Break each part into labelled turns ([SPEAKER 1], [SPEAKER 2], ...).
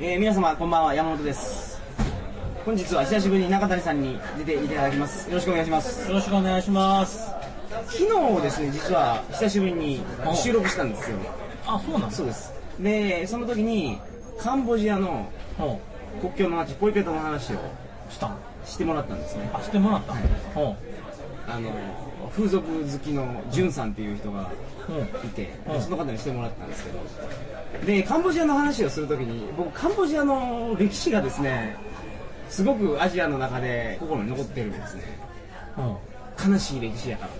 [SPEAKER 1] えー皆様こんばんは山本です本日は久しぶりに中谷さんに出ていただきますよろしくお願いします
[SPEAKER 2] よろしくお願いします。
[SPEAKER 1] 昨日ですね実は久しぶりに
[SPEAKER 2] お
[SPEAKER 1] 収録したんですよ
[SPEAKER 2] あ、そうなんです
[SPEAKER 1] そうですでその時にカンボジアの
[SPEAKER 2] か。うん。
[SPEAKER 1] 国境の街ポイペトの話を
[SPEAKER 2] したの
[SPEAKER 1] してもらったんですね
[SPEAKER 2] あ、してもらった。
[SPEAKER 1] は
[SPEAKER 2] う
[SPEAKER 1] あの風俗好きのジュンさんっていう人が
[SPEAKER 2] ん。うん。
[SPEAKER 1] いて、
[SPEAKER 2] うん
[SPEAKER 1] その方にしてもらったんですけどでカンボジアの話をするときに僕カンボジアの歴史がですねすごくアジアの中で心に残ってるんですね
[SPEAKER 2] うん。
[SPEAKER 1] 悲しい歴史やから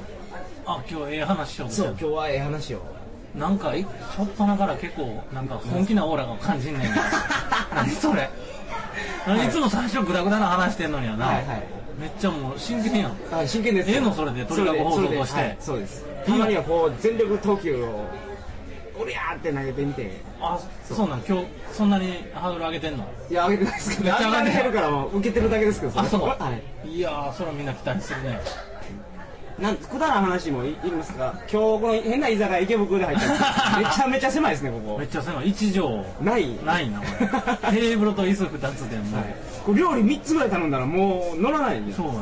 [SPEAKER 2] あ、今日ええ話しようとし
[SPEAKER 1] そう
[SPEAKER 2] て
[SPEAKER 1] 今日はええ話を
[SPEAKER 2] るなんか、いちょっとながら結構、なんか本気なオーラが感じんね んな。何それ。
[SPEAKER 1] い
[SPEAKER 2] い、つも最初グダグダな話してんのにはな。
[SPEAKER 1] はいはい
[SPEAKER 2] めっちゃもう真剣やん。
[SPEAKER 1] あ真剣です
[SPEAKER 2] ええのそれでとにか
[SPEAKER 1] そ
[SPEAKER 2] く
[SPEAKER 1] れで
[SPEAKER 2] 放送して
[SPEAKER 1] それではいそうですたまにはこう全力投球をおりゃーって投げてみて
[SPEAKER 2] あ、そうなん今日そんなにハードル上げてんの
[SPEAKER 1] いや上げてないですけ
[SPEAKER 2] め
[SPEAKER 1] ど
[SPEAKER 2] っちゃ上
[SPEAKER 1] 上
[SPEAKER 2] げ
[SPEAKER 1] げ
[SPEAKER 2] て
[SPEAKER 1] て
[SPEAKER 2] る
[SPEAKER 1] るからもう受けてるだけですけど
[SPEAKER 2] あ、そう。
[SPEAKER 1] はい
[SPEAKER 2] いやー、それはみんな期待するね。
[SPEAKER 1] なんくだらん話もいいりますか今日この変な居酒屋池袋で入 ったんですけどめちゃめちゃ狭いですねここ
[SPEAKER 2] めっちゃ狭い。一畳。
[SPEAKER 1] ない
[SPEAKER 2] な いな、これ。テーブルと椅子二つでもう。
[SPEAKER 1] こう料理3つぐらい頼んだらもう乗らないんです
[SPEAKER 2] そうやな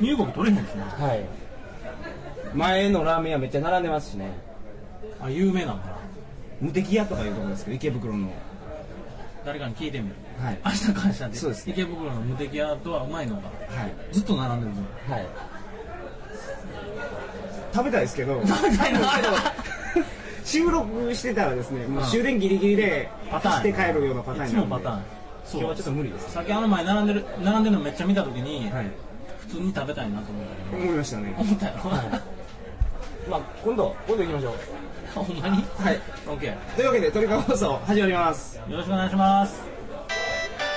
[SPEAKER 2] 入国取れへんしな
[SPEAKER 1] はい前のラーメン屋めっちゃ並んでますしね
[SPEAKER 2] あ有名なのかな
[SPEAKER 1] 無敵屋とかいうとこですけど池袋の
[SPEAKER 2] 誰かに聞いてみる
[SPEAKER 1] はい
[SPEAKER 2] 明日感謝で
[SPEAKER 1] そうですね
[SPEAKER 2] 池袋の無敵屋とはうまいのか
[SPEAKER 1] はい
[SPEAKER 2] なずっと並んでるぞ
[SPEAKER 1] はい食べたいですけど
[SPEAKER 2] 食べたいな
[SPEAKER 1] けど収録してたらですねもう終電ギリギリで
[SPEAKER 2] パターン
[SPEAKER 1] 走って帰るようなパターン
[SPEAKER 2] い
[SPEAKER 1] に
[SPEAKER 2] つ
[SPEAKER 1] なる
[SPEAKER 2] も
[SPEAKER 1] ん
[SPEAKER 2] パ
[SPEAKER 1] で
[SPEAKER 2] ターン
[SPEAKER 1] 今日はちょっと無理です
[SPEAKER 2] さっきあの前並んでる並んでるのめっちゃ見た時に、
[SPEAKER 1] はい
[SPEAKER 2] 普通に食べたいなと思った けど
[SPEAKER 1] 思いましたね
[SPEAKER 2] 思ったよ、
[SPEAKER 1] はまあ今度今度行きましょう
[SPEAKER 2] ほんまに
[SPEAKER 1] はい
[SPEAKER 2] OK よ
[SPEAKER 1] というわけで鳥かご放送始まります
[SPEAKER 2] ろしくお願いします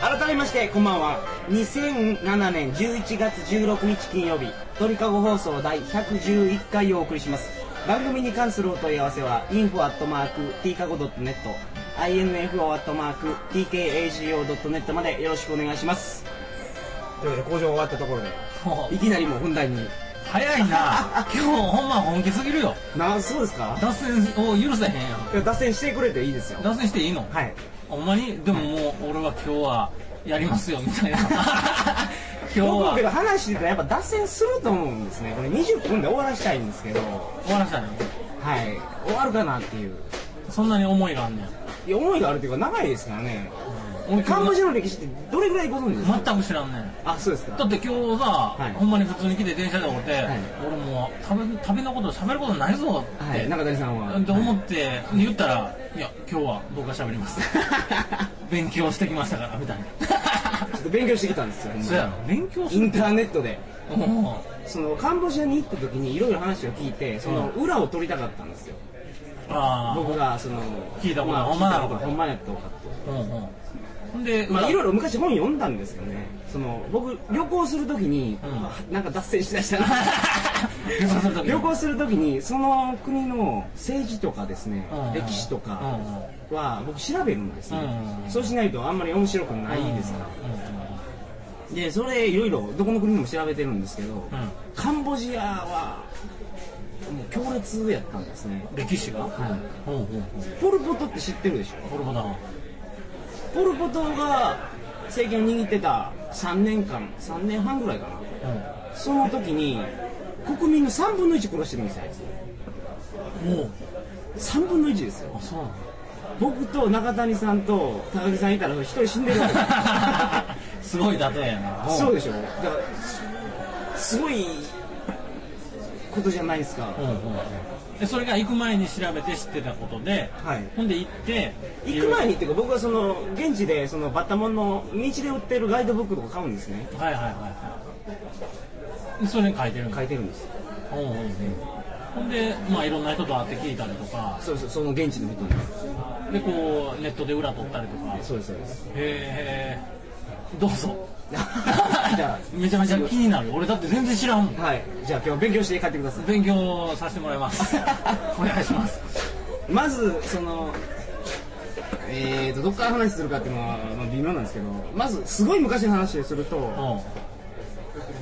[SPEAKER 1] 改めましてこんばんは2007年11月16日金曜日鳥かご放送第111回をお送りします番組に関するお問い合わせは info.tkago.net info.tkago.net までよろしくお願いしますということで工場終わったところで
[SPEAKER 2] もう
[SPEAKER 1] いきなりもう本題に
[SPEAKER 2] 早い な今日ほんま本気すぎるよ
[SPEAKER 1] なそうですか
[SPEAKER 2] 脱線を許せへんやん
[SPEAKER 1] いや脱線してくれていいですよ
[SPEAKER 2] 脱線していいの
[SPEAKER 1] はい
[SPEAKER 2] ほんまにでももう俺は今日はやりますよみたいな今日
[SPEAKER 1] 僕もけど
[SPEAKER 2] は
[SPEAKER 1] 話してたらやっぱ脱線すると思うんですねこれ20分で終わらしたいんですけど
[SPEAKER 2] 終わらしたね
[SPEAKER 1] はい終わるかなっていう
[SPEAKER 2] そんなに思いがあんねん
[SPEAKER 1] いや思いがあるというか長いですからね
[SPEAKER 2] 俺
[SPEAKER 1] カンボ
[SPEAKER 2] ジ
[SPEAKER 1] ジアの歴史ってどれぐらいご存知ですか
[SPEAKER 2] 全く知らんねん
[SPEAKER 1] あそうです
[SPEAKER 2] だ
[SPEAKER 1] か
[SPEAKER 2] って今日さ、
[SPEAKER 1] い
[SPEAKER 2] ほんまに普通に来て電車でおって、
[SPEAKER 1] はい
[SPEAKER 2] 俺もう食べ食べのこと喋ることないぞって、
[SPEAKER 1] はい中谷さんは
[SPEAKER 2] っ て思って言ったら「いや今日は僕が喋ります勉強してきましたから」み たいな
[SPEAKER 1] ちょっと勉強してきたんですよほんま
[SPEAKER 2] そうやろ勉強
[SPEAKER 1] インターネットで
[SPEAKER 2] も
[SPEAKER 1] そのカンボジアに行った時にいろいろ話を聞いてその裏を取りたかったんですよ
[SPEAKER 2] うああ
[SPEAKER 1] 僕がその
[SPEAKER 2] 聞いたこと
[SPEAKER 1] まあ
[SPEAKER 2] ほんまなの
[SPEAKER 1] 聞いたこと
[SPEAKER 2] か
[SPEAKER 1] ほんまやったのかと
[SPEAKER 2] うんうんほんで、
[SPEAKER 1] まあ、い
[SPEAKER 2] 裏
[SPEAKER 1] ろいろ昔本読んだんですよねその僕旅行するときに、
[SPEAKER 2] う
[SPEAKER 1] なんか脱線しだした
[SPEAKER 2] 旅行する
[SPEAKER 1] な
[SPEAKER 2] 時に
[SPEAKER 1] 旅行するときにその国の政治とかですね、
[SPEAKER 2] うんうん
[SPEAKER 1] 歴史と
[SPEAKER 2] うん
[SPEAKER 1] かは僕調べるんですね、
[SPEAKER 2] うんうん
[SPEAKER 1] そうしないとあんまり面白くないですから、でそれいろいろどこの国も調べてるんですけど、
[SPEAKER 2] うん
[SPEAKER 1] カンボジアはもう強烈やったんですね、
[SPEAKER 2] 歴史が
[SPEAKER 1] はい
[SPEAKER 2] ほうほうほ
[SPEAKER 1] ポル・ポトって知ってるでしょ
[SPEAKER 2] うポルポだな
[SPEAKER 1] ポル・ポトが政権を握ってた3年間3年半ぐらいかなその時に国民の3分の1殺してるんですよ
[SPEAKER 2] もう
[SPEAKER 1] 3分の1ですよ
[SPEAKER 2] あそうなの
[SPEAKER 1] 僕と中谷さんと高木さんいたら1人死んでるわけです
[SPEAKER 2] すごい伊達やな
[SPEAKER 1] そう
[SPEAKER 2] で
[SPEAKER 1] でしょだからすすごいことじゃないですか
[SPEAKER 2] でそれが行く前に調べて知ってたことで、
[SPEAKER 1] はい
[SPEAKER 2] ほんで行って
[SPEAKER 1] 行く前にっていうか僕はその現地でそのバッタモンの道で売ってるガイドブックとか買うんですね
[SPEAKER 2] はいはいはいはいでそれに書いてるんだ
[SPEAKER 1] 書いてるんです
[SPEAKER 2] ほうほうほうほんでまあいろんな人と会って聞いたりとか
[SPEAKER 1] そうそうその現地の人に
[SPEAKER 2] でこうネットで裏取ったりとかへ
[SPEAKER 1] そうですそうです
[SPEAKER 2] えどう ぞ
[SPEAKER 1] じゃ
[SPEAKER 2] めちゃめちゃ気になる俺だって全然知らんもん
[SPEAKER 1] あはいじゃあ今日は勉強して帰ってください
[SPEAKER 2] 勉強 させてもらいますお願いします
[SPEAKER 1] まずそのえーとどっから話するかっていうのは、まあ、微妙なんですけどまずすごい昔の話をすると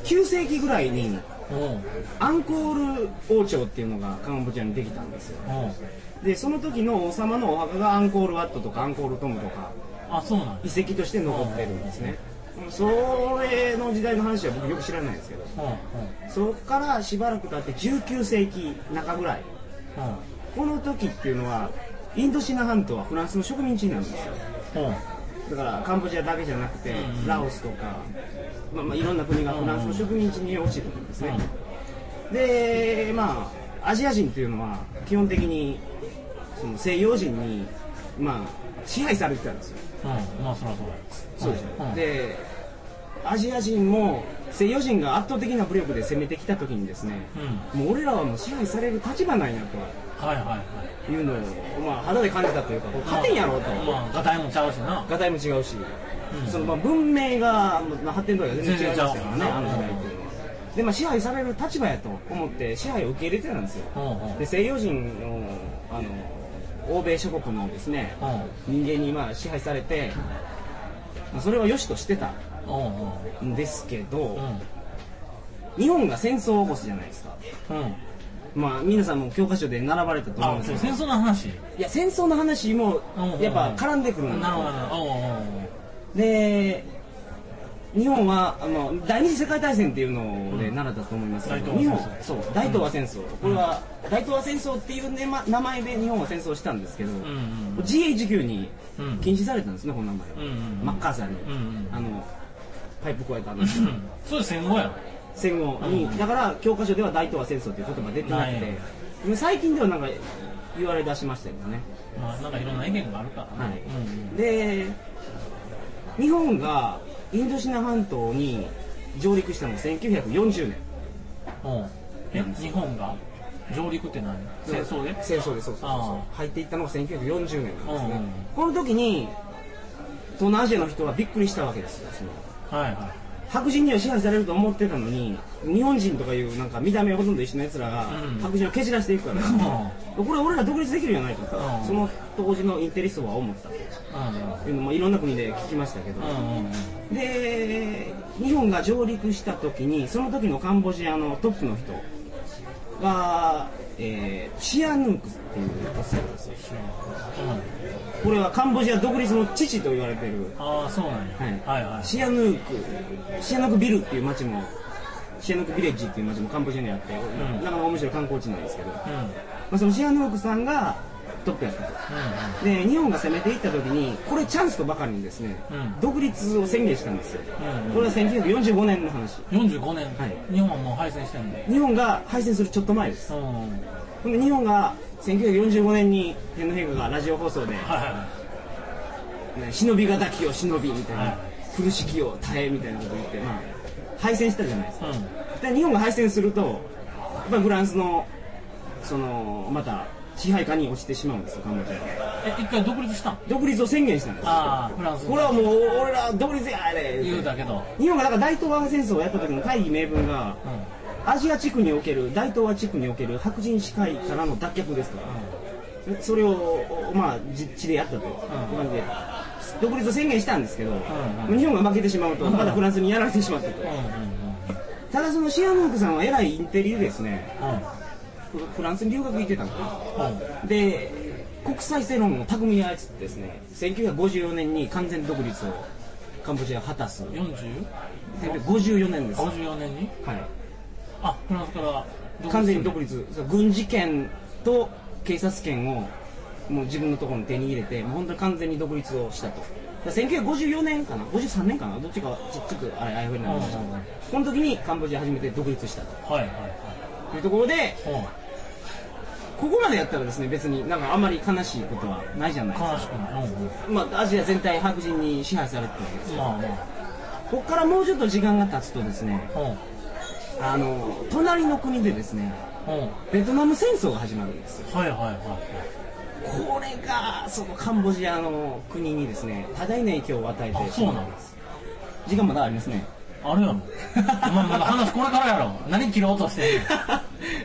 [SPEAKER 1] 9世紀ぐらいに
[SPEAKER 2] うんうん
[SPEAKER 1] アンコール王朝っていうのがカンボジアにできたんですよ
[SPEAKER 2] うん
[SPEAKER 1] でその時の王様のお墓がアンコールワットとかアンコールトムとか
[SPEAKER 2] あそうなん
[SPEAKER 1] 遺
[SPEAKER 2] です
[SPEAKER 1] 跡として残ってるんですねそれの時代の話は僕よく知らないんですけど
[SPEAKER 2] うんうんうん
[SPEAKER 1] そこからしばらく経って19世紀中ぐらいこの時っていうのはインドシナ半島はフランスの植民地になるんですよ
[SPEAKER 2] うん
[SPEAKER 1] だからカンボジアだけじゃなくて
[SPEAKER 2] うん
[SPEAKER 1] ラオスとか、まあ、まあいろんな国がフランスの植民地に落ちるんですねでまあアジア人っていうのは基本的にその西洋人にまあ支配されてたんですよ
[SPEAKER 2] うんまあそりゃそう
[SPEAKER 1] そ
[SPEAKER 2] だよ
[SPEAKER 1] うですよ
[SPEAKER 2] ん
[SPEAKER 1] でアジア人も西洋人が圧倒的な武力で攻めてきた時にですね
[SPEAKER 2] うん
[SPEAKER 1] もう俺らはもう支配される立場なんや
[SPEAKER 2] はいはいはい
[SPEAKER 1] というのを、まあ、肌で感じたというかこう勝てんやろうと
[SPEAKER 2] まあガタイもちゃうしな
[SPEAKER 1] ガタイも違うし、
[SPEAKER 2] うん
[SPEAKER 1] そのまあ文明が、まあ、発展度が全然違いましたから
[SPEAKER 2] 全然違う
[SPEAKER 1] ね
[SPEAKER 2] から
[SPEAKER 1] あ
[SPEAKER 2] ね
[SPEAKER 1] の時代っていうのはで、まあ、支配される立場やと思って支配を受け入れてたんですよ
[SPEAKER 2] うんうん
[SPEAKER 1] で西洋人のあの欧米諸国のですね
[SPEAKER 2] うん
[SPEAKER 1] 人間にまあ支配されて、まあ、それは良しとしてた
[SPEAKER 2] うんうん
[SPEAKER 1] んですけど、
[SPEAKER 2] うん
[SPEAKER 1] 日本が戦争を起こすじゃないですか
[SPEAKER 2] うん
[SPEAKER 1] まあ皆さんも教科書で習われたと思うん
[SPEAKER 2] あ
[SPEAKER 1] です
[SPEAKER 2] そ
[SPEAKER 1] け
[SPEAKER 2] う
[SPEAKER 1] ど
[SPEAKER 2] 戦争の話
[SPEAKER 1] いや戦争の話も
[SPEAKER 2] うんうん
[SPEAKER 1] やっぱ絡んでくるんですよ
[SPEAKER 2] なるほどなるほどうんうんうん
[SPEAKER 1] で日本はあの第二次世界大戦っていうので
[SPEAKER 2] うん
[SPEAKER 1] 習ったと思いますけど、
[SPEAKER 2] 大
[SPEAKER 1] 日
[SPEAKER 2] 東
[SPEAKER 1] 本
[SPEAKER 2] 亜戦争
[SPEAKER 1] そう大東亜戦争、これは大東亜戦争っていうね、ま名前で日本は戦争したんですけど、
[SPEAKER 2] うん
[SPEAKER 1] GHQ に
[SPEAKER 2] うんうん
[SPEAKER 1] 禁止されたんですねこの名前は、
[SPEAKER 2] うんうんうん
[SPEAKER 1] マッカーサーに、
[SPEAKER 2] うんうん
[SPEAKER 1] あのパイプ越えたあの
[SPEAKER 2] うん そうです戦後や
[SPEAKER 1] 戦後に、
[SPEAKER 2] うん
[SPEAKER 1] だから教科書では大東亜戦争っていう言葉出てなくて
[SPEAKER 2] ない
[SPEAKER 1] でも最近ではなんか言われ出しましたよね、
[SPEAKER 2] まあなんかいろんな意見があるから
[SPEAKER 1] は
[SPEAKER 2] ね
[SPEAKER 1] い
[SPEAKER 2] うん
[SPEAKER 1] で日本がインドシナ半島に上陸したのが1940年
[SPEAKER 2] うんうんえ日本が上陸って何戦争で
[SPEAKER 1] 戦争でそうそうそう
[SPEAKER 2] あ
[SPEAKER 1] 入っていったのが1940年なんですね、
[SPEAKER 2] うんうん
[SPEAKER 1] この時に東南アジアの人はびっくりしたわけですよその
[SPEAKER 2] はいは
[SPEAKER 1] 白人には支配されると思ってたのに日本人とかいうなんか見た目ほとんど一緒のやつらが
[SPEAKER 2] うん
[SPEAKER 1] 白人を蹴散らしていくから、
[SPEAKER 2] いうん
[SPEAKER 1] これ俺ら独立できるじゃないかと、
[SPEAKER 2] うん
[SPEAKER 1] その当時のインテリストは思ったと
[SPEAKER 2] う
[SPEAKER 1] いうのもいろんな国で聞きましたけど、
[SPEAKER 2] んうんうんうん
[SPEAKER 1] で日本が上陸した時にその時のカンボジアのトップの人が、えーシアヌークっていうおっさんですよ
[SPEAKER 2] うん
[SPEAKER 1] これはカンボジア独立の父と言われてる、
[SPEAKER 2] ああそうなんや
[SPEAKER 1] は
[SPEAKER 2] はいいはい
[SPEAKER 1] シアヌークシアヌークビルっていう町もシアヌークビレッジっていう町もカンボジアにあって、
[SPEAKER 2] ん
[SPEAKER 1] なかなか面白い観光地なんですけど、ま
[SPEAKER 2] うんうん
[SPEAKER 1] あ、そのシアヌークさんがトップやったとで日本が攻めていった時にこれチャンスとばかりにですね、
[SPEAKER 2] うん
[SPEAKER 1] 独立を宣言したんですよ、
[SPEAKER 2] うん
[SPEAKER 1] これは1945年の話
[SPEAKER 2] うん45年
[SPEAKER 1] はい
[SPEAKER 2] 日本はもう敗戦してんで
[SPEAKER 1] 日本が敗戦するちょっと前です
[SPEAKER 2] うんはい
[SPEAKER 1] ほんで日本が1945年に天皇陛下がラジオ放送で、
[SPEAKER 2] はいはい
[SPEAKER 1] ね忍びが抱きを忍びみたいな、
[SPEAKER 2] はい
[SPEAKER 1] 苦しきを耐えみたいなこと言って、まあ、敗戦したじゃないですか
[SPEAKER 2] うん
[SPEAKER 1] で日本が敗戦するとやっぱりフランスのそのまた支配下に落ちてしまうんですよカンボジアが
[SPEAKER 2] え一回独立したん
[SPEAKER 1] 独立を宣言したんですよ
[SPEAKER 2] ああフランス
[SPEAKER 1] これはもう俺ら独立やあれ
[SPEAKER 2] 言うだけど
[SPEAKER 1] 日本がだから大東亜戦争をやった時の大義名分が
[SPEAKER 2] うん
[SPEAKER 1] アジア地区における大東亜地区における白人支配からの脱却ですから、それを、まあ、実地でやったという感じで、独立を宣言したんですけど、
[SPEAKER 2] んうん
[SPEAKER 1] 日本が負けてしまうと、
[SPEAKER 2] うん
[SPEAKER 1] まだフランスにやられてしまったと、
[SPEAKER 2] うんうん
[SPEAKER 1] ただそのシアヌークさんは偉いインテリですね、
[SPEAKER 2] うん
[SPEAKER 1] フフランスに留学行ってたのか
[SPEAKER 2] うん
[SPEAKER 1] な、で、国際世論を巧みに操って、ですね1954年に完全独立をカンボジアは果たす、
[SPEAKER 2] うん40
[SPEAKER 1] 54年です。は
[SPEAKER 2] 54年に
[SPEAKER 1] い
[SPEAKER 2] あフランスから独立
[SPEAKER 1] 完全に独立そう軍事権と警察権をもう自分のところに手に入れてもう本当に完全に独立をしたとだから1954年かな53年かなどっちかはちちょっとあれああいうふうになりました
[SPEAKER 2] うんうんうん
[SPEAKER 1] この時にカンボジア初めて独立したと
[SPEAKER 2] はいは
[SPEAKER 1] いうところで
[SPEAKER 2] いはいうん
[SPEAKER 1] ここまでやったらですね別になんかあんまり悲しいことはないじゃないですか
[SPEAKER 2] 悲しくないうんうん
[SPEAKER 1] まあ、アジア全体白人に支配されてたわけですよ
[SPEAKER 2] まあま
[SPEAKER 1] ここからもうちょっと時間が経つとですね
[SPEAKER 2] あうん
[SPEAKER 1] あの隣の国でですね
[SPEAKER 2] うん
[SPEAKER 1] ベトナム戦争が始まるんですよ
[SPEAKER 2] はいはいはい
[SPEAKER 1] これがそのカンボジアの国にですね多大な影響を与え
[SPEAKER 2] はい
[SPEAKER 1] て
[SPEAKER 2] あそうなんです
[SPEAKER 1] 時間ま だありますね
[SPEAKER 2] あるやろお前まだ話これからやろ何切ろうとしてんねん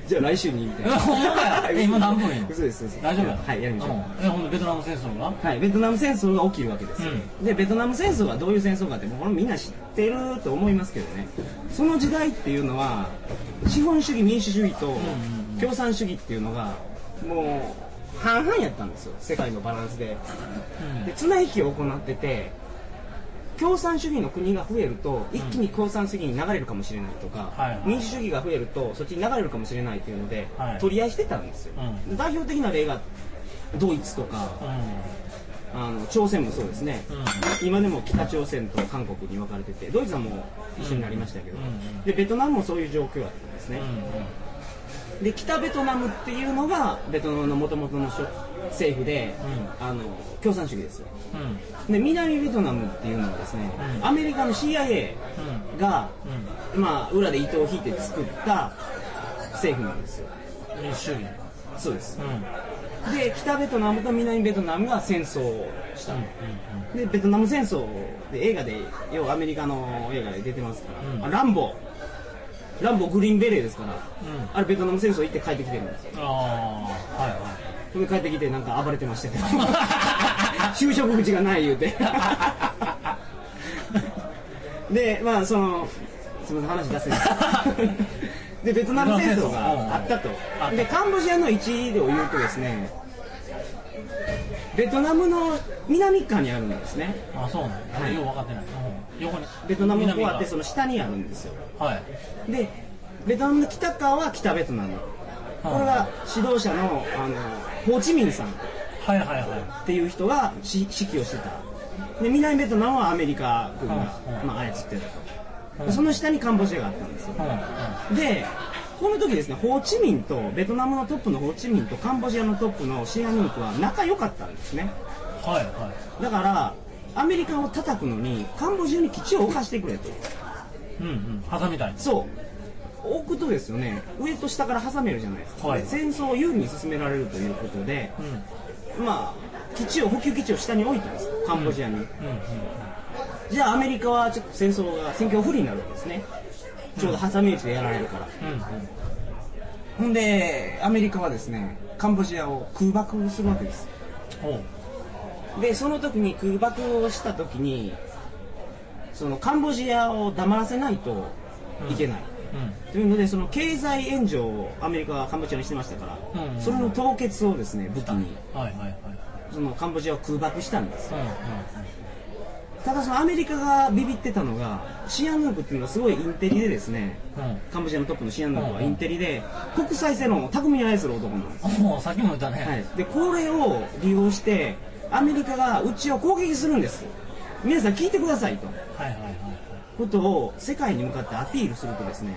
[SPEAKER 1] じゃあ来週にみたい
[SPEAKER 2] え
[SPEAKER 1] な
[SPEAKER 2] ほんまかよえ今何分よ
[SPEAKER 1] 嘘です嘘です
[SPEAKER 2] 大丈夫や
[SPEAKER 1] はいやりましょう
[SPEAKER 2] うんえほんでベトナム戦争が
[SPEAKER 1] はい、ベトナム戦争が起きるわけですよ、
[SPEAKER 2] う
[SPEAKER 1] でベトナム戦争はどういう戦争かってもうこれみんな知ってると思いますけどねその時代っていうのは資本主義民主主義と
[SPEAKER 2] ん
[SPEAKER 1] 共産主義っていうのがもう半々やったんですよ世界のバランスでで綱引きを行ってて共産主義の国が増えると一気に共産主義に流れるかもしれないとか、
[SPEAKER 2] はいはい
[SPEAKER 1] 民主主義が増えるとそっちに流れるかもしれないっていうので、
[SPEAKER 2] はい
[SPEAKER 1] 取り合いしてたんですよ、
[SPEAKER 2] う
[SPEAKER 1] 代表的な例がドイツとか
[SPEAKER 2] うん
[SPEAKER 1] あの朝鮮もそうですね、
[SPEAKER 2] うん
[SPEAKER 1] 今でも北朝鮮と韓国に分かれててドイツはもう一緒になりましたけど、
[SPEAKER 2] うんうん
[SPEAKER 1] でベトナムもそういう状況だったんですね
[SPEAKER 2] うん、
[SPEAKER 1] で北ベトナムっていうのがベトナムの元々の諸政府で、あの共産主義ですよ
[SPEAKER 2] うんうん
[SPEAKER 1] で南ベトナムっていうのはですね、
[SPEAKER 2] うん
[SPEAKER 1] アメリカの CIA が、
[SPEAKER 2] う
[SPEAKER 1] まあ、裏で糸を引いて作った政府なんですよ
[SPEAKER 2] ん民主主義
[SPEAKER 1] そうです
[SPEAKER 2] うんうん
[SPEAKER 1] で北ベトナムと南ベトナムが戦争をした、でベトナム戦争で映画で要はアメリカの映画で出てますから、
[SPEAKER 2] うん
[SPEAKER 1] あランボーランボーグリーンベレーですから
[SPEAKER 2] うんうん
[SPEAKER 1] あれベトナム戦争行って帰ってきてるんですよ
[SPEAKER 2] ああはいはい
[SPEAKER 1] ほんで帰ってきてなんか暴れてましたけど就職口がない言うてでまあそのすみません話出せないでベトナム戦争があったと
[SPEAKER 2] うん
[SPEAKER 1] でカンボジアの一例を言うとですねベトナムの南側にあるんですね
[SPEAKER 2] あそうなんや、
[SPEAKER 1] はい
[SPEAKER 2] よう分かってない、うん横に
[SPEAKER 1] ベトナムの方あってそ
[SPEAKER 2] の
[SPEAKER 1] の下にあるんですよ
[SPEAKER 2] はい
[SPEAKER 1] でベトナムの北側は北ベトナムこれが指導者のあのホーチミンさんっ
[SPEAKER 2] はいはいは
[SPEAKER 1] ていう人がし指揮をしてたで南ベトナムはアメリカ軍が
[SPEAKER 2] う、ん
[SPEAKER 1] まあ、操ってた
[SPEAKER 2] う
[SPEAKER 1] と
[SPEAKER 2] ん
[SPEAKER 1] その下にカンボジアがあったんですよ
[SPEAKER 2] いはい
[SPEAKER 1] でこの時ですねホーチミンとベトナムのトップのホーチミンとカンボジアのトップのシアヌークは仲良かったんですね
[SPEAKER 2] はいは
[SPEAKER 1] だからアメリカを叩くのにカンボジアに基地を置かせてくれと
[SPEAKER 2] いうんうん挟みたい
[SPEAKER 1] そう置くとですよね上と下から挟めるじゃないですか、
[SPEAKER 2] はい
[SPEAKER 1] で戦争を優位に進められるということで
[SPEAKER 2] うんうん
[SPEAKER 1] まあ基地を補給基地を下に置いたんですカンボジアに、
[SPEAKER 2] うん
[SPEAKER 1] じゃあアメリカはちょっと戦争が戦況不利になるわけですねちょうど挟み撃ちでやられるから、
[SPEAKER 2] うんうん
[SPEAKER 1] ほんでアメリカはですねカンボジアを空爆するわけです
[SPEAKER 2] ほう
[SPEAKER 1] でその時に空爆をした時にそのカンボジアを黙らせないといけない、というのでその経済援助をアメリカはカンボジアにしてましたから、
[SPEAKER 2] うん
[SPEAKER 1] それの凍結をですね武器
[SPEAKER 2] うん
[SPEAKER 1] に
[SPEAKER 2] はいはいはい
[SPEAKER 1] そのカンボジアを空爆したんです
[SPEAKER 2] うんうん
[SPEAKER 1] ただそのアメリカがビビってたのがシアヌークっていうのはすごいインテリでですね
[SPEAKER 2] うんうん
[SPEAKER 1] カンボジアのトップのシアヌークは
[SPEAKER 2] うん
[SPEAKER 1] インテリで国際世論を巧みに操る男なんです、
[SPEAKER 2] おうさっきも言ったね、
[SPEAKER 1] はい、でこれを利用してアメリカがうちを攻撃するんです皆さん聞いてくださいと
[SPEAKER 2] はい、はいはいはい
[SPEAKER 1] ことを世界に向かってアピールするとですね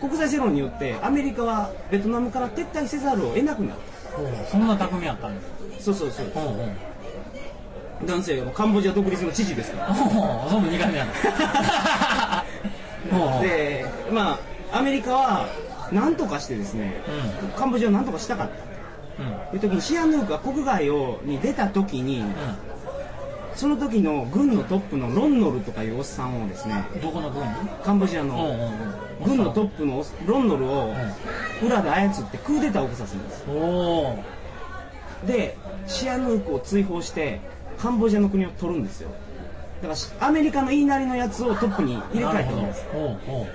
[SPEAKER 2] うん
[SPEAKER 1] 国際世論によってアメリカはベトナムから撤退せざるを得なくなる
[SPEAKER 2] うんほうそんな巧みやったんや
[SPEAKER 1] そうそうそう
[SPEAKER 2] ほうほう
[SPEAKER 1] 男性はカンボジア独立の知事ですか
[SPEAKER 2] ほうその2回目やなほうほ
[SPEAKER 1] ら
[SPEAKER 2] う
[SPEAKER 1] でまあアメリカは何とかしてですねカンボジアを何とかしたかった
[SPEAKER 2] うんうん
[SPEAKER 1] という時にシアヌークが国外をに出た時にその時の軍のトップのロンノルとかいうおっさんをですね
[SPEAKER 2] うんどこの国
[SPEAKER 1] カンボジア
[SPEAKER 2] うん
[SPEAKER 1] の
[SPEAKER 2] うんうん
[SPEAKER 1] 軍のトップのおっロンノルを裏で操ってクーデターを起こさせるんです
[SPEAKER 2] おお
[SPEAKER 1] でシアヌークを追放してカンボジアの国を取るんですよだからしアメリカの言いなりのやつをトップに入れ替えたんです
[SPEAKER 2] ほどおうお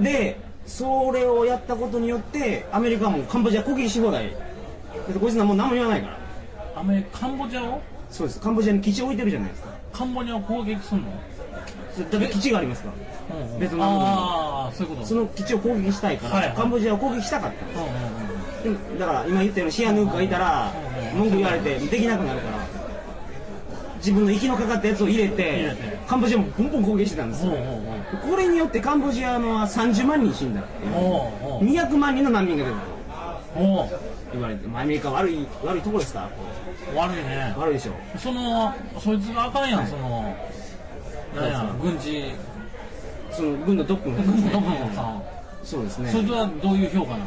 [SPEAKER 2] う
[SPEAKER 1] でそれをやったことによってアメリカはもうカンボジア攻撃し放題だってこいつらもう何も言わないから
[SPEAKER 2] アメリカカンボジアを
[SPEAKER 1] そうですカンボジアに基地置いてるじゃないですか
[SPEAKER 2] カンボジアを攻撃するの、
[SPEAKER 1] それだって基地がありますから
[SPEAKER 2] うんうん
[SPEAKER 1] ベトナム軍
[SPEAKER 2] ああそういうこと
[SPEAKER 1] その基地を攻撃したいから、
[SPEAKER 2] はいはい
[SPEAKER 1] カンボジアを攻撃したかったんで
[SPEAKER 2] うんうんうん
[SPEAKER 1] すうんだから今言ったようにシアヌークがいたら
[SPEAKER 2] うん
[SPEAKER 1] 文句言われてできなくなるから自分の息のかかったやつを入れて
[SPEAKER 2] 入れて
[SPEAKER 1] カンボジアもボンボン攻撃してたんです
[SPEAKER 2] ほう
[SPEAKER 1] よこれによってカンボジアの30万人死んだっていう
[SPEAKER 2] ほうほうほう
[SPEAKER 1] 200万人の難民が出たと
[SPEAKER 2] ほ
[SPEAKER 1] 言われてまあアメリカ悪い悪いとこですからこ
[SPEAKER 2] う悪いね
[SPEAKER 1] う悪いでしょ
[SPEAKER 2] そのそいつがあかんやんそのなんや軍事
[SPEAKER 1] その軍のトップの人で
[SPEAKER 2] 軍
[SPEAKER 1] す
[SPEAKER 2] 事
[SPEAKER 1] ね
[SPEAKER 2] トップのさ
[SPEAKER 1] そうですね
[SPEAKER 2] そいつはどういう評価なの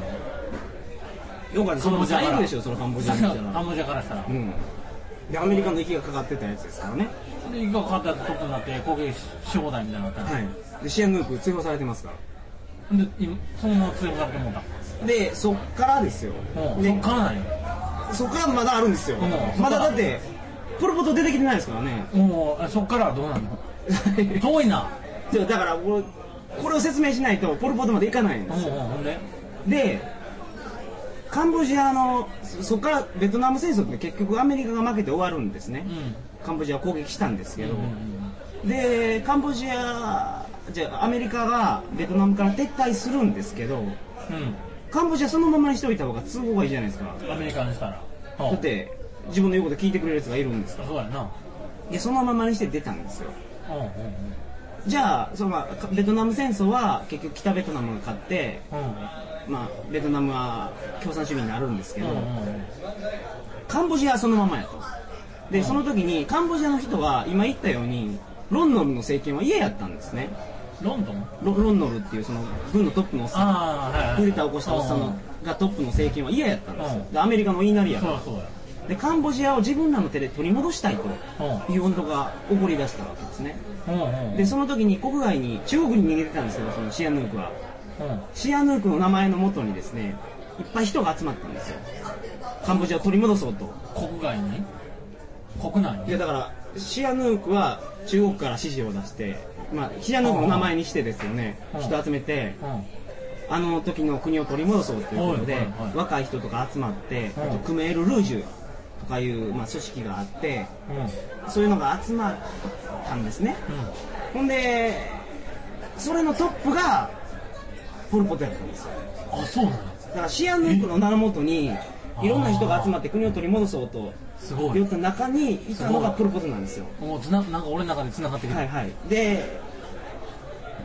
[SPEAKER 1] よかった
[SPEAKER 2] カ
[SPEAKER 1] そ
[SPEAKER 2] ンボ
[SPEAKER 1] の
[SPEAKER 2] ジアか
[SPEAKER 1] 最
[SPEAKER 2] ら
[SPEAKER 1] 後でしょそのカンボジアに来た
[SPEAKER 2] カ
[SPEAKER 1] ら
[SPEAKER 2] ンボジアからしたら
[SPEAKER 1] うんでアメリカの息がかかってたやつですからね
[SPEAKER 2] で一回勝ったやつトップになって攻撃し放題みたいになったの
[SPEAKER 1] はいでシアヌーク追放されてますから
[SPEAKER 2] で今そのまま追放されてもうた
[SPEAKER 1] でそっからですよ
[SPEAKER 2] うん
[SPEAKER 1] で
[SPEAKER 2] そっからなんよ
[SPEAKER 1] そっからまだあるんですよ
[SPEAKER 2] うん
[SPEAKER 1] まだだってプロポト出てきてないですからね
[SPEAKER 2] もうそっからはどう なの遠いな
[SPEAKER 1] そうだからこれこれを説明しないとポル・ポトまでいかないん
[SPEAKER 2] うん
[SPEAKER 1] で
[SPEAKER 2] うん
[SPEAKER 1] すよ
[SPEAKER 2] ほんで
[SPEAKER 1] でカンボジアのそそこからベトナム戦争って結局アメリカが負けて終わるんですね
[SPEAKER 2] う、ん
[SPEAKER 1] カンボジアを攻撃したんですけ
[SPEAKER 2] うん
[SPEAKER 1] ど、
[SPEAKER 2] うん
[SPEAKER 1] でカンボジアじゃあアメリカがベトナムから撤退するんですけどカンボジアそのままにしておいた方が都合がいいじゃないですか
[SPEAKER 2] うんアメリカにしたら
[SPEAKER 1] だ
[SPEAKER 2] ほう
[SPEAKER 1] って自分の言うこと聞いてくれるやつがいるんですか
[SPEAKER 2] そうやな
[SPEAKER 1] らでそのままにして出たんですよ
[SPEAKER 2] うんうんうん
[SPEAKER 1] じゃあその、まあベトナム戦争は結局北ベトナムが勝って、まあ、ベトナムは共産主義になるんですけ
[SPEAKER 2] うん
[SPEAKER 1] ど、
[SPEAKER 2] うんうん
[SPEAKER 1] カンボジアはそのままやとで、その時にカンボジアの人は今言ったようにロンノルの政権は家やったんですね
[SPEAKER 2] ロンドン
[SPEAKER 1] ロロンノルっていうその軍のトップのおっさん
[SPEAKER 2] ああはいはい
[SPEAKER 1] クーデターを起こしたおっさんのがトップの政権は嫌やったんですよ
[SPEAKER 2] うん
[SPEAKER 1] でアメリカの言いなりや
[SPEAKER 2] そ
[SPEAKER 1] か
[SPEAKER 2] う
[SPEAKER 1] ら
[SPEAKER 2] やそうや
[SPEAKER 1] でカンボジアを自分らの手で取り戻したいという運動が起こり出したわけですね
[SPEAKER 2] うんうん
[SPEAKER 1] でその時に国外に中国に逃げてたんですけどそのシアヌークは
[SPEAKER 2] うん
[SPEAKER 1] シアヌークの名前のもとにですねいっぱい人が集まったんですよカンボジアを取り戻そうと
[SPEAKER 2] 国外に国内
[SPEAKER 1] い
[SPEAKER 2] に
[SPEAKER 1] やだからシアヌークは中国から指示を出してまあシアヌークの名前にしてですよね
[SPEAKER 2] うん
[SPEAKER 1] 人集めて
[SPEAKER 2] うん
[SPEAKER 1] あの時の国を取り戻そうということで、
[SPEAKER 2] はいはいはい
[SPEAKER 1] 若い人とか集まって、
[SPEAKER 2] うん
[SPEAKER 1] あとクメール・ルージュとかいう、まあ、組織があって
[SPEAKER 2] うん
[SPEAKER 1] そういうのが集まったんですね
[SPEAKER 2] う
[SPEAKER 1] ほんでそれのトップがポル・ポトやったんですよ
[SPEAKER 2] んあそうなんや
[SPEAKER 1] だからシアヌークの名のもとにいろんな人が集まって国を取り戻そうと
[SPEAKER 2] すごい
[SPEAKER 1] 言った中にいたのがポル・ポトなんですよ
[SPEAKER 2] もうつななんか俺の中で繋がってきた、
[SPEAKER 1] はいはいで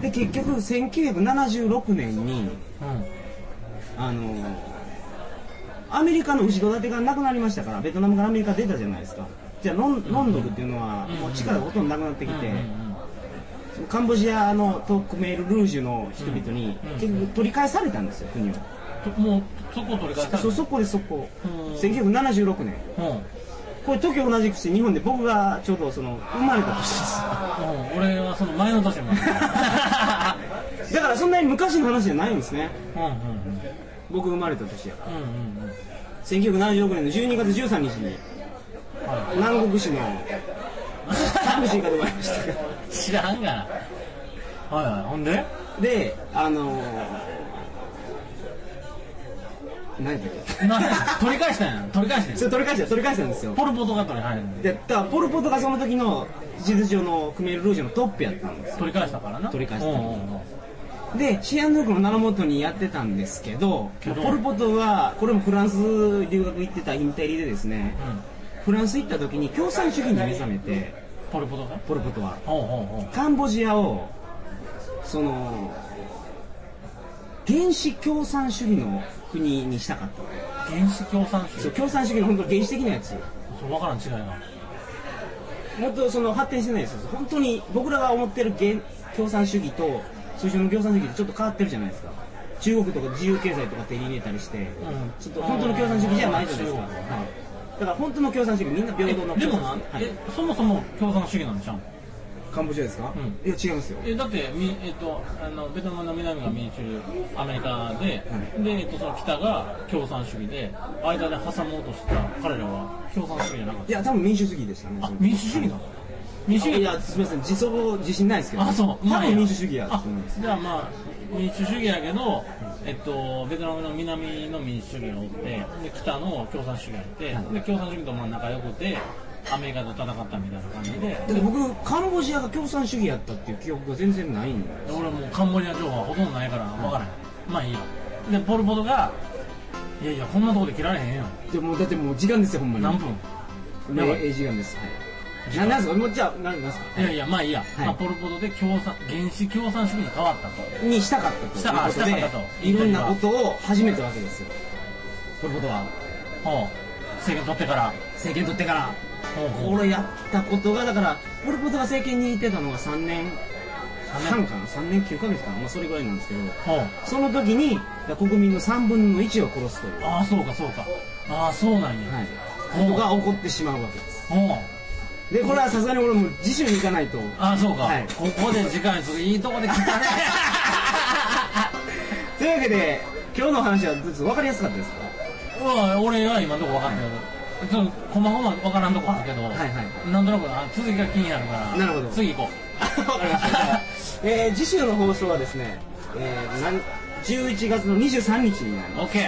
[SPEAKER 1] で結局1976年に
[SPEAKER 2] うん
[SPEAKER 1] あのアメリカの後ろ盾がなくなりましたからベトナムからアメリカ出たじゃないですかじゃあロンロンドルっていうのは
[SPEAKER 2] うん
[SPEAKER 1] もう力がほとんどなくなってきて、
[SPEAKER 2] うんうん
[SPEAKER 1] そのカンボジアのトークメール・ルージュの人々に
[SPEAKER 2] うん
[SPEAKER 1] 結局取り返されたんですよ国を、
[SPEAKER 2] うんともうそこを取り返した
[SPEAKER 1] そそこでそこ、
[SPEAKER 2] うん
[SPEAKER 1] 1976年
[SPEAKER 2] うん、うん、
[SPEAKER 1] これ時を同じくして日本で僕がちょうどその生まれた年
[SPEAKER 2] 俺はその前の 年も
[SPEAKER 1] ですだからそんなに昔の話じゃないんですね
[SPEAKER 2] うんうん
[SPEAKER 1] 僕生まれた年やから
[SPEAKER 2] うんうんうんうん
[SPEAKER 1] 1976年の12月13日に
[SPEAKER 2] は
[SPEAKER 1] 南国市の南国市から生まれましたから
[SPEAKER 2] い知らんがなはいはいほんで
[SPEAKER 1] であのー、何だっけ
[SPEAKER 2] な取り返したんやん取り返してん
[SPEAKER 1] それ
[SPEAKER 2] や
[SPEAKER 1] 取り返した取り返したんですよ
[SPEAKER 2] んポル・ポトが取り入るんで
[SPEAKER 1] でだからポル・ポトがその時の事実上のクメール・ルージュのトップやったんですよ
[SPEAKER 2] 取り返したからな
[SPEAKER 1] 取り返した
[SPEAKER 2] うんうんうん
[SPEAKER 1] でシアヌークの名のもとにやってたんですけど
[SPEAKER 2] けど
[SPEAKER 1] ポル・ポトはこれもフランス留学行ってたインテリでですね
[SPEAKER 2] うん
[SPEAKER 1] フランス行った時に共産主義に目覚めて
[SPEAKER 2] ポル・ポトが
[SPEAKER 1] ポル・ポトは
[SPEAKER 2] ほうほうほ
[SPEAKER 1] カンボジアをその原始共産主義の国にしたかった
[SPEAKER 2] う原始共産主
[SPEAKER 1] そう
[SPEAKER 2] 義
[SPEAKER 1] 共産主義の本当に原始的なやつ
[SPEAKER 2] そう分からん違いな
[SPEAKER 1] もっとその発展してないですよ本当に僕らが思ってる原共産主義と通常の共産主義ってちょっと変わってるじゃないですか中国とか自由経済とか手に入れたりして、
[SPEAKER 2] ん
[SPEAKER 1] ちょっと本当の共産主義じゃないじゃないですか、
[SPEAKER 2] うん
[SPEAKER 1] はい、だから本当の共産主義みんな平等の
[SPEAKER 2] えで
[SPEAKER 1] 共
[SPEAKER 2] も
[SPEAKER 1] 産主
[SPEAKER 2] な
[SPEAKER 1] 義、はい
[SPEAKER 2] え、そもそも共産主義なんじゃん
[SPEAKER 1] カンボジアですか、
[SPEAKER 2] う
[SPEAKER 1] いや違いますよ
[SPEAKER 2] えだってみ、えっと、あのベトナムの南が民主アメリカで、で、えっと、その北が共産主義で間で挟もうとした彼らは共産主義じゃなかっ
[SPEAKER 1] い
[SPEAKER 2] た
[SPEAKER 1] や多分民主主義でしたね
[SPEAKER 2] あ
[SPEAKER 1] その
[SPEAKER 2] 民主主義なの民主主義
[SPEAKER 1] いやすみません自走自信ないですけど
[SPEAKER 2] あそう
[SPEAKER 1] 多
[SPEAKER 2] まあ
[SPEAKER 1] 分民主主義やと
[SPEAKER 2] あ
[SPEAKER 1] 思います
[SPEAKER 2] じゃあまあ民主主義やけど、えっと、ベトナムの南の民主主義がおってで北の共産主義がいて、で共産主義とまあ仲良くてアメリカと戦ったみたいな感じで
[SPEAKER 1] だって僕カンボジアが共産主義やったっていう記憶が全然ないんで
[SPEAKER 2] 俺もうカンボジア情報はほとんどないから分からへん、まあいいよでポル・ポトがいやいやこんなとこで切られへんよ
[SPEAKER 1] でもだってもう時間ですよほんまに
[SPEAKER 2] 何分
[SPEAKER 1] ねええ時間ですはいななんですかもうじゃあななんですか
[SPEAKER 2] いやいやまあいいや、
[SPEAKER 1] い
[SPEAKER 2] まあ、ポル・ポトで共産原始共産主義に変わったと
[SPEAKER 1] にしたかったと
[SPEAKER 2] したか
[SPEAKER 1] いうことで
[SPEAKER 2] したかったと
[SPEAKER 1] いろんなことを始めたわけですよこれことは
[SPEAKER 2] ほう政権取ってから
[SPEAKER 1] 政権取ってから
[SPEAKER 2] ほうほう
[SPEAKER 1] これやったことがだからポル・ポトが政権にいてたのが3年
[SPEAKER 2] 三
[SPEAKER 1] 半かな3年9ヶ月かな、まあ、それぐらいなんですけど
[SPEAKER 2] ほう
[SPEAKER 1] その時に国民の3分の1を殺すという
[SPEAKER 2] ああそうかそうかああそうなんや、
[SPEAKER 1] はい、
[SPEAKER 2] うん
[SPEAKER 1] ことが起こってしまうわけです
[SPEAKER 2] ほう
[SPEAKER 1] でこれはさすがに俺も自習に行 かないと
[SPEAKER 2] ああそうか、
[SPEAKER 1] はい
[SPEAKER 2] ここで時間にするいいとこで切ったね
[SPEAKER 1] というわけで今日の話はどうです分かりやすかったですか
[SPEAKER 2] まあ俺は今のとこ分かんないけど、ちょっと細々分からんとこあるけど、
[SPEAKER 1] はいはい
[SPEAKER 2] なんとなくあ続きが気になるから
[SPEAKER 1] なるほど
[SPEAKER 2] 次行こ
[SPEAKER 1] わかりま した。えー、次週の放送はですね、えー、なん11月の23日になり
[SPEAKER 2] う
[SPEAKER 1] ま
[SPEAKER 2] OK
[SPEAKER 1] す。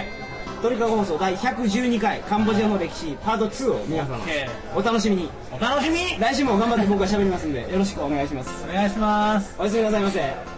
[SPEAKER 1] トリカゴ放送第112回カンボジアの歴史パート2を皆様
[SPEAKER 2] OK
[SPEAKER 1] お楽しみに。
[SPEAKER 2] お楽しみ
[SPEAKER 1] 来週も頑張って僕が喋りますんでよろしくお願いします。
[SPEAKER 2] お願いします
[SPEAKER 1] おやすみなさいませ。